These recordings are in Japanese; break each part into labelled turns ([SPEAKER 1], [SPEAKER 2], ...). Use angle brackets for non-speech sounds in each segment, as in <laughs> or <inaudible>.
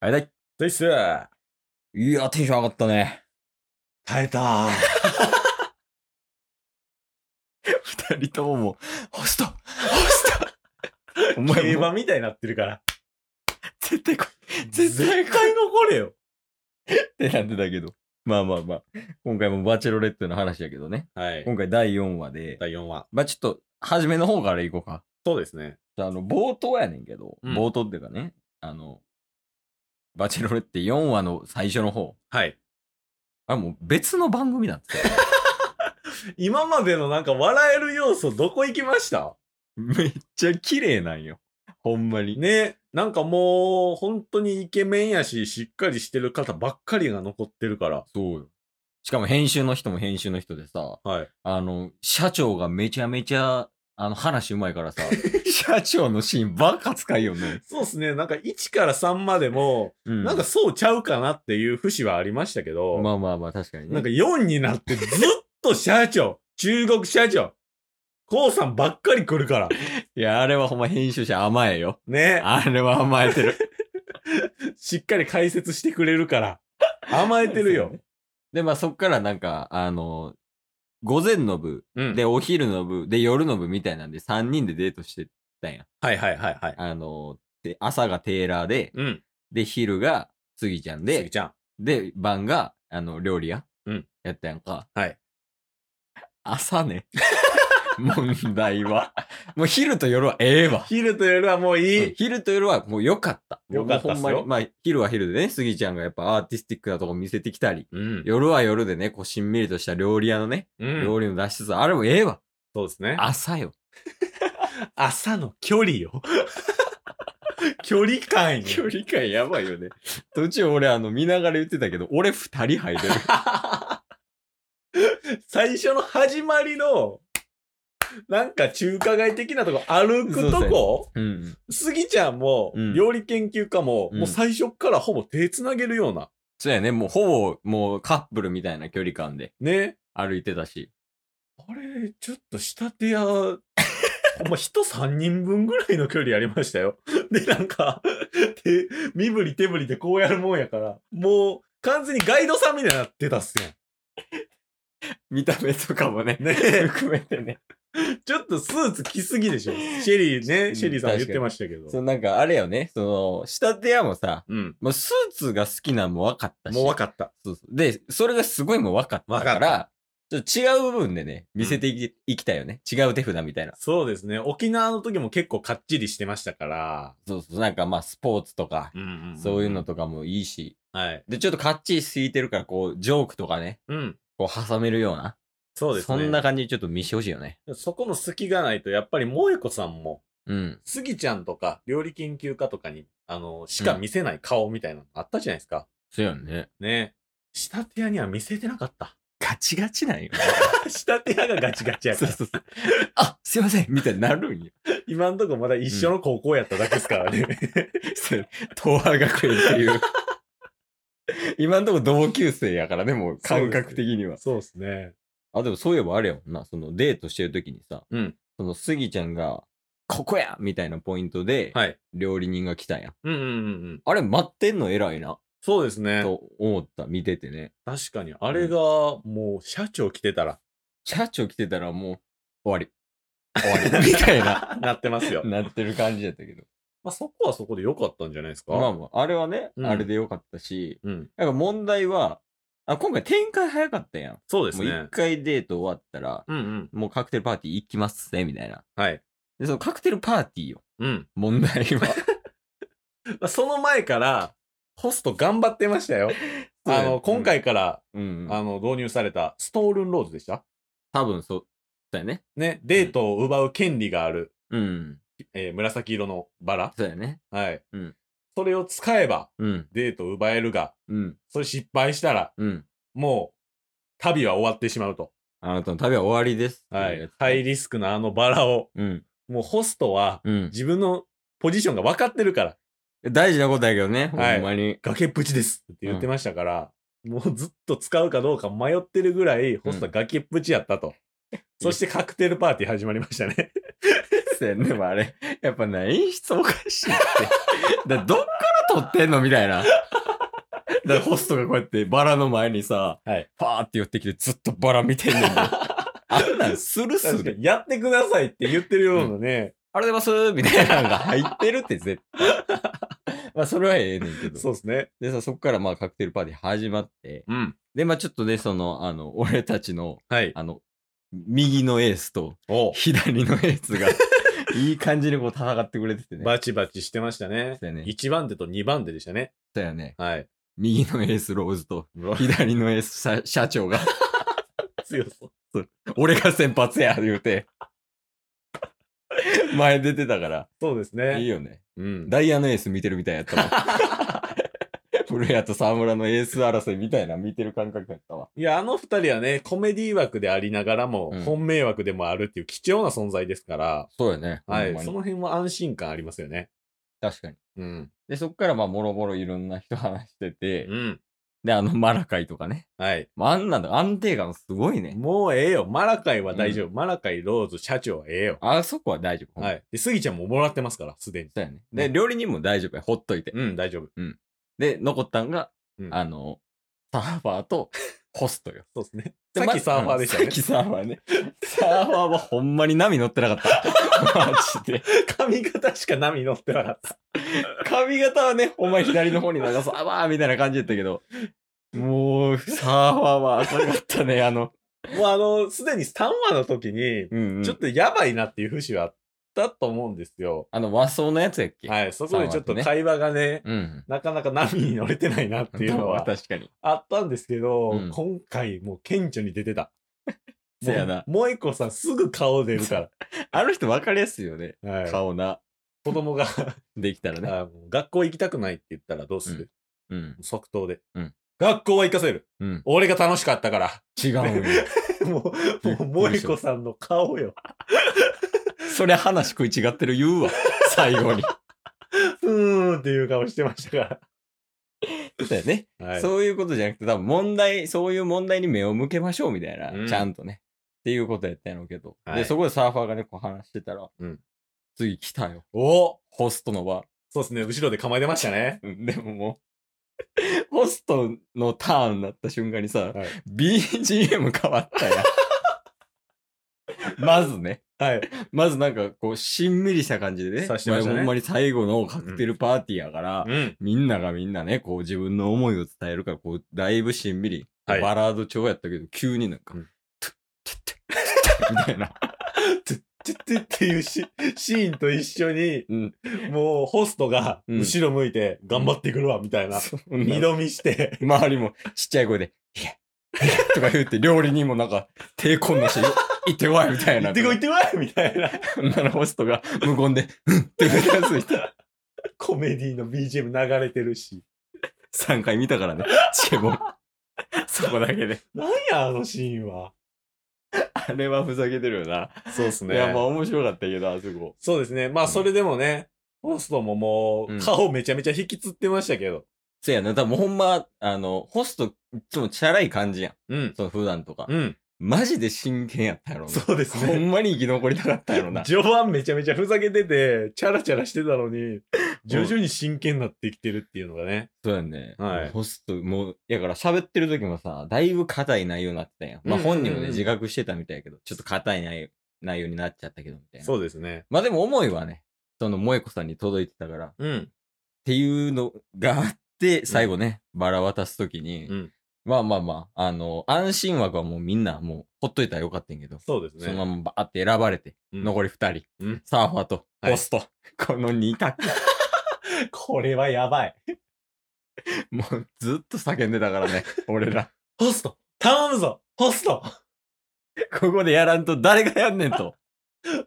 [SPEAKER 1] あれだい、そいっす。いや、テンション上がったね。
[SPEAKER 2] 耐えた。
[SPEAKER 1] 二人とももう、ホストホスト <laughs> お前
[SPEAKER 2] 競
[SPEAKER 1] も
[SPEAKER 2] 馬みたいになってるから。
[SPEAKER 1] 絶対来い。
[SPEAKER 2] 絶
[SPEAKER 1] 絶対
[SPEAKER 2] 対
[SPEAKER 1] 来いっ
[SPEAKER 2] 残れよ。
[SPEAKER 1] てなんでだけど。まあまあまあ。今回もバチェロレッテの話やけどね。
[SPEAKER 2] はい。
[SPEAKER 1] 今回第4話で。
[SPEAKER 2] 第4話。
[SPEAKER 1] まあちょっと、初めの方からいこうか。
[SPEAKER 2] そうですね。
[SPEAKER 1] あの、冒頭やねんけど、
[SPEAKER 2] うん
[SPEAKER 1] 冒頭っていうかね、あの、バチェロレッテ4話の最初の方。
[SPEAKER 2] はい。
[SPEAKER 1] あれもう別の番組なんですよ。
[SPEAKER 2] 今までのなんか笑える要素どこ行きました
[SPEAKER 1] めっちゃ綺麗なんよ。ほんまに。
[SPEAKER 2] ね。なんかもう本当にイケメンやし、しっかりしてる方ばっかりが残ってるから。
[SPEAKER 1] そうよ。しかも編集の人も編集の人でさ、
[SPEAKER 2] はい。
[SPEAKER 1] あの、社長がめちゃめちゃ、あの、話うまいから
[SPEAKER 2] <laughs>
[SPEAKER 1] さ、社長のシーンばっか使いよね。
[SPEAKER 2] そうですね。なんか1から3までも、
[SPEAKER 1] うん
[SPEAKER 2] なんかそうちゃうかなっていう節はありましたけど、
[SPEAKER 1] まあまあまあ、確かにね。
[SPEAKER 2] なんか4になってずっと社長、中国社長、コウさんばっかり来るから。
[SPEAKER 1] いや、あれはほんま編集者甘えよ。
[SPEAKER 2] ね。
[SPEAKER 1] あれは甘えてる。
[SPEAKER 2] <laughs> しっかり解説してくれるから。甘えてるよ。
[SPEAKER 1] で、まあそっからなんか、あの、午前の部、
[SPEAKER 2] うん
[SPEAKER 1] で、お昼の部、で、夜の部みたいなんで、3人でデートしてたんや。
[SPEAKER 2] はいはいはいはい。
[SPEAKER 1] あの、で、朝がテーラーで、
[SPEAKER 2] うん。
[SPEAKER 1] で、昼がスギちゃん
[SPEAKER 2] で、
[SPEAKER 1] で、
[SPEAKER 2] ちゃん。
[SPEAKER 1] で、晩が、あの、料理屋、
[SPEAKER 2] うん
[SPEAKER 1] やったやんか。
[SPEAKER 2] はい。
[SPEAKER 1] 朝
[SPEAKER 2] <laughs>
[SPEAKER 1] ね。問題は。もう昼と夜はええわ。
[SPEAKER 2] 昼と夜はもういい。
[SPEAKER 1] うん昼と夜はもう良かった。
[SPEAKER 2] 良かったっすよ
[SPEAKER 1] もうほんまに。まあ、昼は昼でね、スギちゃんがやっぱアーティスティックなとこ見せてきたり、
[SPEAKER 2] うん
[SPEAKER 1] 夜は夜でね、こう、しんみりとした料理屋のね、
[SPEAKER 2] うん。
[SPEAKER 1] 料理の出しつつ、あれもええわ。
[SPEAKER 2] そうですね。
[SPEAKER 1] 朝よ。
[SPEAKER 2] 朝の距離よ。 <laughs> 距離感よ。
[SPEAKER 1] 離感やばいよね。 <laughs> 途中俺、あの、見ながら言ってたけど、俺二人入れ
[SPEAKER 2] <laughs>
[SPEAKER 1] る。
[SPEAKER 2] 最初の始まりの、なんか中華街的なとこ歩く
[SPEAKER 1] そう
[SPEAKER 2] と
[SPEAKER 1] そう
[SPEAKER 2] こ、
[SPEAKER 1] うん。
[SPEAKER 2] スギちゃんも、
[SPEAKER 1] うん
[SPEAKER 2] 料理研究家も、
[SPEAKER 1] うん
[SPEAKER 2] もう最初っからほぼ手つなげるような。
[SPEAKER 1] そうやね。もうほぼ、もうカップルみたいな距離感で
[SPEAKER 2] ね。
[SPEAKER 1] 歩いてたし。
[SPEAKER 2] あれ、ちょっと下手や、ほんま人3人分ぐらいの距離ありましたよ。 <laughs> で、なんか、手、身振り手振りでこうやるもんやから、もう完全にガイドさんみたいになってたっすや
[SPEAKER 1] 見た目とかもね、
[SPEAKER 2] ん。
[SPEAKER 1] <laughs>
[SPEAKER 2] ね
[SPEAKER 1] 含めてね。
[SPEAKER 2] ちょっとスーツ着すぎでしょ。シェリー
[SPEAKER 1] うん
[SPEAKER 2] ね、シェリーさん
[SPEAKER 1] 確かに
[SPEAKER 2] 言ってましたけ
[SPEAKER 1] <laughs>
[SPEAKER 2] ど。
[SPEAKER 1] そう、なんかあれよね、その、下手屋もさ、
[SPEAKER 2] うん。
[SPEAKER 1] もうスーツが好きなんも分かったし。
[SPEAKER 2] もう分かった。
[SPEAKER 1] そうそうで、それがすごいもう分かったから、
[SPEAKER 2] 分か
[SPEAKER 1] ちょっと違う部分でね、見せていき,、たいよね。違う手札みたいな。
[SPEAKER 2] そうですね。沖縄の時も結構かっちりしてましたから。
[SPEAKER 1] そうそう、なんかまあ、スポーツとか、
[SPEAKER 2] うん
[SPEAKER 1] そういうの。とかもいいし。
[SPEAKER 2] はい。
[SPEAKER 1] で、ちょっとかっちりすいてるから、こう、ジョークとかね、
[SPEAKER 2] うん。
[SPEAKER 1] こう、挟めるような。
[SPEAKER 2] そうですね。
[SPEAKER 1] んな感じでちょっと見してほしいよね。
[SPEAKER 2] そこの隙がないと、やっぱり萌子さんも、
[SPEAKER 1] うん。
[SPEAKER 2] スギちゃんとか料理研究家とかに、あの、しか見せない顔みたいなのあったじゃないですか。
[SPEAKER 1] そうやんね。
[SPEAKER 2] ね下手屋には見せてなかった。
[SPEAKER 1] ガチガチ <laughs> なんよ。
[SPEAKER 2] <laughs> 下手屋がガチガチや
[SPEAKER 1] そ
[SPEAKER 2] か
[SPEAKER 1] う
[SPEAKER 2] ら。
[SPEAKER 1] そうそう。あ、すいませんみたいになるんよ。
[SPEAKER 2] 今んとこまだ一緒の高校やっただけですからね。
[SPEAKER 1] そう <laughs> 東亜学園っていう。今んとこ同級生やからね、もう感覚的には。
[SPEAKER 2] <laughs> そうですね。
[SPEAKER 1] あ、でもそういえばあれやもんな、そのデートしてる時にさ、
[SPEAKER 2] うん
[SPEAKER 1] そのスギちゃんが、ここやみたいなポイントで、
[SPEAKER 2] はい。
[SPEAKER 1] 料理人が来たんや。
[SPEAKER 2] うんうんうんうん。
[SPEAKER 1] あれ、待ってんの偉いな、
[SPEAKER 2] そうですね。
[SPEAKER 1] と思った、見ててね。
[SPEAKER 2] 確かに。あれが、もう、社長来てたら、
[SPEAKER 1] 社長来てたらもう、終
[SPEAKER 2] <laughs>
[SPEAKER 1] わり。終わり。みたいな、
[SPEAKER 2] なってますよ。
[SPEAKER 1] なってる感じやったけど。
[SPEAKER 2] まあ、そこはそこで良かったんじゃないですか。
[SPEAKER 1] まあまあ、あれはね、
[SPEAKER 2] うん
[SPEAKER 1] あれでよかったし、
[SPEAKER 2] うん。
[SPEAKER 1] なんか問題は、あ、今回展開早かったやん。
[SPEAKER 2] そうです
[SPEAKER 1] もう
[SPEAKER 2] ね
[SPEAKER 1] 一。回デート終わったら、
[SPEAKER 2] うんうん。
[SPEAKER 1] もうカクテルパーティー行きますね、みたいな。
[SPEAKER 2] はい。
[SPEAKER 1] で、そのカクテルパーティーよ。
[SPEAKER 2] うん。
[SPEAKER 1] 問題 <laughs> は。
[SPEAKER 2] まあその前から、ホスト頑張ってました <laughs> よ。あの、今回から、
[SPEAKER 1] うん、うん
[SPEAKER 2] あの、導入されたストールンローズでした
[SPEAKER 1] 多分そうだよね。
[SPEAKER 2] ね、デートを奪う権利がある、
[SPEAKER 1] うん。
[SPEAKER 2] えー紫色のバラ。
[SPEAKER 1] そうだよね。
[SPEAKER 2] はい。
[SPEAKER 1] うん
[SPEAKER 2] それを使えば
[SPEAKER 1] うん。
[SPEAKER 2] デートを奪えるが、
[SPEAKER 1] うん。
[SPEAKER 2] それ失敗したら、
[SPEAKER 1] うん。
[SPEAKER 2] もう、旅は終わってしまうと。
[SPEAKER 1] あなたの旅は終わりです。
[SPEAKER 2] は
[SPEAKER 1] ってうや
[SPEAKER 2] い
[SPEAKER 1] つ。
[SPEAKER 2] ハイリスクなあのバラを、
[SPEAKER 1] うん。
[SPEAKER 2] もうホストは
[SPEAKER 1] うん。
[SPEAKER 2] 自分のポジションが分かってるから、
[SPEAKER 1] 大事なことだけどね、
[SPEAKER 2] はい
[SPEAKER 1] ほんまに。
[SPEAKER 2] 崖っぷちですって言ってましたから、もうずっと使うかどうか迷ってるぐらい、ホストは崖っぷちやったと。そしてカクテルパーティー始まりましたね。
[SPEAKER 1] <laughs> そうやねでもあれ、やっぱな、演出おかしいって。だどっから撮ってんのみたいな。だからホストがこうやってバラの前にさ、
[SPEAKER 2] はい
[SPEAKER 1] パーって寄ってきてずっとバラ見てんねんで。 <laughs> あんなんするす
[SPEAKER 2] 確か
[SPEAKER 1] で。
[SPEAKER 2] にやってくださいって言ってるようなね、
[SPEAKER 1] あれでますみたいなのが入ってるって絶
[SPEAKER 2] <laughs>
[SPEAKER 1] 対。まあそれはええねんけど。
[SPEAKER 2] そうですね。
[SPEAKER 1] でさ、そこからまあカクテルパーティー始まって。
[SPEAKER 2] うん。
[SPEAKER 1] で、まあちょっとね、その、あの、俺たちの、
[SPEAKER 2] はい。
[SPEAKER 1] あの、右のエースと
[SPEAKER 2] お
[SPEAKER 1] 左のエース
[SPEAKER 2] <laughs>
[SPEAKER 1] が、いい感じにこう戦ってくれててね。
[SPEAKER 2] バチバチしてましたね。
[SPEAKER 1] そうやね
[SPEAKER 2] 1番手と2番手でしたね。
[SPEAKER 1] そうやね。
[SPEAKER 2] はい。
[SPEAKER 1] 右のエースローズと左のエース社社長
[SPEAKER 2] <laughs>
[SPEAKER 1] が、
[SPEAKER 2] 強そう。
[SPEAKER 1] 俺が先発や、言うて。前出てたか
[SPEAKER 2] そうです
[SPEAKER 1] ら、いい
[SPEAKER 2] ね。
[SPEAKER 1] よね。
[SPEAKER 2] うん。
[SPEAKER 1] ダイヤのエース見てるみたいやった <laughs> もん。古谷と沢村のエース争いみたいな見てる感覚やったわ。
[SPEAKER 2] いや、あの二人はね、コメディ枠でありながらも、
[SPEAKER 1] うん
[SPEAKER 2] 本命枠でもあるっていう貴重な存在ですから、
[SPEAKER 1] そうやね。
[SPEAKER 2] はい。
[SPEAKER 1] ほんま
[SPEAKER 2] そ
[SPEAKER 1] に
[SPEAKER 2] の辺は安心感ありますよね。
[SPEAKER 1] 確かに。
[SPEAKER 2] うん。
[SPEAKER 1] で、そっからまあ、もろもろいろんな人話してて、
[SPEAKER 2] うん。
[SPEAKER 1] で、あの、マラカイとかね。
[SPEAKER 2] はい。
[SPEAKER 1] まあ、あんなんだ、安定感すごいね。
[SPEAKER 2] もうええよ。マラカイは大丈夫。マラカイ、ローズ、社長はええよ。
[SPEAKER 1] あそこは大丈夫。。
[SPEAKER 2] はいい。で、スギちゃんももらってますから、すでに。
[SPEAKER 1] そうやね。で、料理人も大丈夫や。ほっといて。
[SPEAKER 2] うん、大丈夫。
[SPEAKER 1] で、残ったんが、
[SPEAKER 2] うん
[SPEAKER 1] あの、サーファーとホスト <laughs> よ。
[SPEAKER 2] そうですね。
[SPEAKER 1] で
[SPEAKER 2] さっきサーファーでした
[SPEAKER 1] まず。さ
[SPEAKER 2] ね
[SPEAKER 1] っきサーファー <laughs> ね。サーファーはほんまに波乗ってなか <laughs> った。マジで。
[SPEAKER 2] 髪型しか波乗ってなかった。
[SPEAKER 1] 髪型はね、お前左の方に流す、あわーみたいな感じだったけど、もう、サーファーは赤かったね、あの、 <laughs>
[SPEAKER 2] もうあの、すでに3話の時に、
[SPEAKER 1] うん、うん
[SPEAKER 2] ちょっとやばいなっていう節はあったと思うんですよ。
[SPEAKER 1] あの和装のやつやっけ。い。
[SPEAKER 2] はい。そこでちょっと
[SPEAKER 1] 3話ね
[SPEAKER 2] 会話がね、
[SPEAKER 1] うん。
[SPEAKER 2] なかなか波に乗れてないなっていう
[SPEAKER 1] <laughs>
[SPEAKER 2] のは
[SPEAKER 1] 確かに。
[SPEAKER 2] あったんですけど、
[SPEAKER 1] うん
[SPEAKER 2] 今回もう顕著に出てた。
[SPEAKER 1] <laughs> せやな。
[SPEAKER 2] もう一個さんすぐ顔出るか
[SPEAKER 1] あの人分かりやすいよね。 <laughs>
[SPEAKER 2] ら。はい。
[SPEAKER 1] 顔な、
[SPEAKER 2] 子
[SPEAKER 1] <laughs>
[SPEAKER 2] 供が、
[SPEAKER 1] できたらね。
[SPEAKER 2] あの学校行きたくないって言ったらどうする、
[SPEAKER 1] うん。
[SPEAKER 2] 即答で、
[SPEAKER 1] うん
[SPEAKER 2] 学校は行かせる。
[SPEAKER 1] うん。
[SPEAKER 2] 俺が楽しかったから。
[SPEAKER 1] 違うんよ。
[SPEAKER 2] <laughs> もう、もう、萌子さんの顔よ。
[SPEAKER 1] そりゃ話食い違ってる言う <laughs> わ。最後に。
[SPEAKER 2] うーんっていう顔してましたか
[SPEAKER 1] だよね。
[SPEAKER 2] ら。はい。
[SPEAKER 1] そういうことじゃなくて、多分問題、そういう問題に目を向けましょうみたいな、
[SPEAKER 2] うん
[SPEAKER 1] ちゃんとね。っていうことやったんやろうけど。
[SPEAKER 2] はい
[SPEAKER 1] で、そこでサーファーがね、こう話してたら、
[SPEAKER 2] うん
[SPEAKER 1] 次来たよ。
[SPEAKER 2] お
[SPEAKER 1] ホストの場。
[SPEAKER 2] そうですね。後ろで構えてましたね。
[SPEAKER 1] うんでももう、ホストのターンになった瞬間にさ、
[SPEAKER 2] はい
[SPEAKER 1] BGM 変わったやん。まずね、
[SPEAKER 2] はい。
[SPEAKER 1] まずなんかこう、しんみりした感じでね、
[SPEAKER 2] さしてましたね
[SPEAKER 1] ほんまに最後のカクテルパーティーやから、
[SPEAKER 2] うん。
[SPEAKER 1] みんながみんなね、こう自分の思いを伝えるから、こう、だいぶしんみり、
[SPEAKER 2] はい
[SPEAKER 1] バラード調やったけど、急になんか、
[SPEAKER 2] うん
[SPEAKER 1] トゥットゥットゥットゥッみたいな。
[SPEAKER 2] <laughs> チュッチュッっていうシシーンと一緒に、
[SPEAKER 1] うん
[SPEAKER 2] もうホストが
[SPEAKER 1] うん
[SPEAKER 2] 後ろ向いて頑張ってくるわ、みたいな。
[SPEAKER 1] そ <laughs> んな
[SPEAKER 2] 二度見して、
[SPEAKER 1] 周りもちっちゃい声で、いや、いやとか言って、料理人もなんか、抵抗 <laughs> なして、よ行ってこいみたい
[SPEAKER 2] 行
[SPEAKER 1] な。
[SPEAKER 2] ってこい行ってこいみたいな。
[SPEAKER 1] 女のホストが無言で、うんってうなずいた。
[SPEAKER 2] コメディの BGM 流れてるし。
[SPEAKER 1] 3回見たからね、チケボン。そこだけで。
[SPEAKER 2] なんや、あのシーンは。
[SPEAKER 1] あれはふざけてるよな。
[SPEAKER 2] そうです
[SPEAKER 1] いや、まあ面白かったけど、あそこ。
[SPEAKER 2] そうですね。まあ、それでもね、ホストもも
[SPEAKER 1] う
[SPEAKER 2] うん顔めちゃめちゃ引きつってましたけど。
[SPEAKER 1] そうやな、多分ほんま、あの、ホスト、いつもチャラい感じやん。
[SPEAKER 2] うん。
[SPEAKER 1] その普段とか。
[SPEAKER 2] うん。
[SPEAKER 1] マジで真剣やったやろな。
[SPEAKER 2] そうです
[SPEAKER 1] ほ
[SPEAKER 2] ね。
[SPEAKER 1] んまに生き残りたかったやろな。
[SPEAKER 2] 序盤めちゃめちゃふざけてて、チャラチャラしてたのに、徐々に真剣になってきてるっていうのがね。
[SPEAKER 1] そうやね。
[SPEAKER 2] はい
[SPEAKER 1] ホスト、もう、やから喋ってる時もさ、だいぶ硬い内容になってたやん。まあ
[SPEAKER 2] うんうんうん
[SPEAKER 1] 本人もね、自覚してたみたいやけど、ちょっと硬い内容内容になっちゃったけど、みたいな。
[SPEAKER 2] そうですね。
[SPEAKER 1] まあでも思いはね、その萌子さんに届いてたから、っ
[SPEAKER 2] うん。
[SPEAKER 1] ていうのがあって、最後ね、バラ渡すときに、
[SPEAKER 2] うん
[SPEAKER 1] まあまあまあ、あの、安心枠はもうみんな、もう、ほっといたらよかったんやけど、
[SPEAKER 2] そうですね。
[SPEAKER 1] そのままバーって選ばれて、
[SPEAKER 2] うん
[SPEAKER 1] 残り2人、
[SPEAKER 2] うん
[SPEAKER 1] サーファーと
[SPEAKER 2] はい
[SPEAKER 1] ホスト、この2択、
[SPEAKER 2] これはやばい。
[SPEAKER 1] もうずっと叫んでたから
[SPEAKER 2] <laughs>
[SPEAKER 1] ね、俺ら。
[SPEAKER 2] ホスト頼むぞホスト
[SPEAKER 1] ここでやらんと誰がやんねん <laughs> と。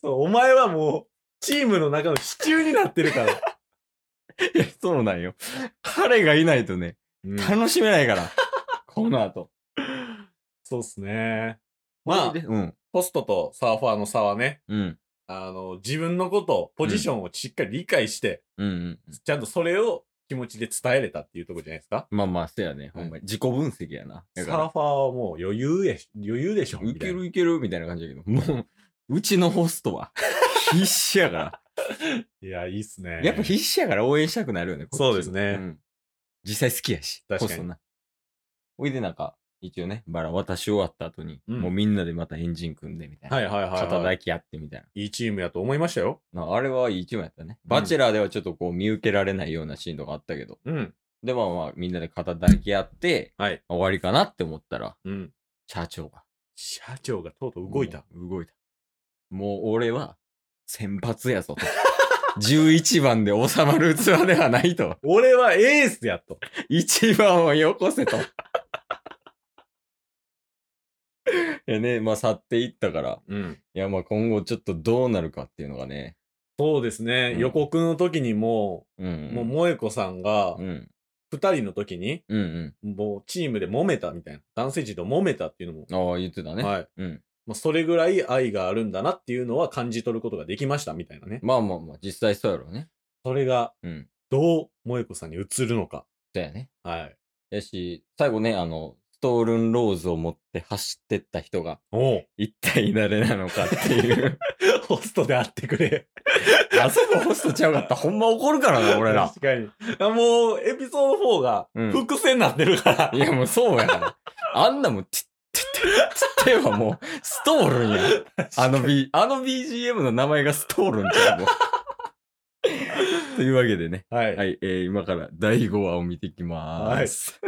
[SPEAKER 2] そうお前はもう、チームの中の支柱になって
[SPEAKER 1] <laughs>
[SPEAKER 2] るから。
[SPEAKER 1] いや、そうなんよ。彼がいないとね、
[SPEAKER 2] うん
[SPEAKER 1] 楽しめないから、 <laughs> この後。
[SPEAKER 2] そうっすね。まあ
[SPEAKER 1] で、うん、
[SPEAKER 2] ホストとサーファーの差はね、
[SPEAKER 1] うん、
[SPEAKER 2] あの、自分のこと、ポジションをしっかり理解して、
[SPEAKER 1] うん、うん。
[SPEAKER 2] ちゃんとそれを気持ちで伝えれたっていうところじゃないですか。
[SPEAKER 1] まあまあ、そうやね。ほんまに。自己分析やな。
[SPEAKER 2] サ
[SPEAKER 1] だ
[SPEAKER 2] ー
[SPEAKER 1] か
[SPEAKER 2] ファーはもう余裕でし余裕でしょ
[SPEAKER 1] ら、い
[SPEAKER 2] みた
[SPEAKER 1] け
[SPEAKER 2] い
[SPEAKER 1] <laughs>
[SPEAKER 2] な
[SPEAKER 1] るいけるみたいな感じだけど、もう、うちのホストは、必死やから、
[SPEAKER 2] いや、いいっすね。
[SPEAKER 1] やっぱ必死やから応援したくなるよね。こっち
[SPEAKER 2] そうですね
[SPEAKER 1] ん実際好きやし。
[SPEAKER 2] 確かに
[SPEAKER 1] こそな。おいでなんか、一応ね、バラ渡し終わった後に、
[SPEAKER 2] うん
[SPEAKER 1] もうみんなでまたエンジン組んでみたいな。
[SPEAKER 2] はいはいはい、はい。
[SPEAKER 1] 肩抱き合ってみたい
[SPEAKER 2] いいチームやと思いましたよ。
[SPEAKER 1] な。なあれはいいチームやったね。バチェラーではちょっとこう見受けられないようなシーンとかあったけど。
[SPEAKER 2] うん。
[SPEAKER 1] でもまあみんなで肩抱き合って、
[SPEAKER 2] はい。
[SPEAKER 1] 終わりかなって思ったら、
[SPEAKER 2] うん。
[SPEAKER 1] 社長が。
[SPEAKER 2] 社長がとうとう動いた。。
[SPEAKER 1] 動いた。もう俺は先発やぞと。11番で収まる器ではないと。
[SPEAKER 2] 俺はエースやと。
[SPEAKER 1] 1番をよこせと。い <laughs> やね、まあ去っていったから、
[SPEAKER 2] うん。
[SPEAKER 1] いやまあ今後ちょっとどうなるかっていうのがね。
[SPEAKER 2] そうですね。
[SPEAKER 1] うん
[SPEAKER 2] 予告の時にも
[SPEAKER 1] うん
[SPEAKER 2] う、
[SPEAKER 1] ん。
[SPEAKER 2] もう萌子さんが
[SPEAKER 1] う、ん。
[SPEAKER 2] 二人の時に、
[SPEAKER 1] うん
[SPEAKER 2] もうチームで揉めたみたいな。男性陣と揉めたっていうのも、
[SPEAKER 1] うん。ああ、言ってたね。
[SPEAKER 2] はい。
[SPEAKER 1] うん。
[SPEAKER 2] まあ、それぐらい愛があるんだなっていうのは感じ取ることができましたみたいなね。
[SPEAKER 1] まあまあまあ、実際そうやろうね。
[SPEAKER 2] それが
[SPEAKER 1] うん。
[SPEAKER 2] どう萌子さんに移るのか。
[SPEAKER 1] だよね。
[SPEAKER 2] はい。
[SPEAKER 1] やし、最後ね、あの、ストールンローズを持って走ってった人が、
[SPEAKER 2] おう
[SPEAKER 1] 一体誰なのかっていう。
[SPEAKER 2] <laughs> ホストで会ってくれ。
[SPEAKER 1] <laughs> あそこホストちゃうかった。ほんま怒るからな、俺ら。
[SPEAKER 2] 確かに。あもう、エピソード4が
[SPEAKER 1] うん
[SPEAKER 2] 伏線になってるから。
[SPEAKER 1] いや、もうそうやな。あんなもん、てってってってはもう、ストールンや。あの B、あの BGM の名前がストールンちゃ <laughs> うもん。というわけでね。
[SPEAKER 2] はい。
[SPEAKER 1] はい、えー今から第5話を見ていきます。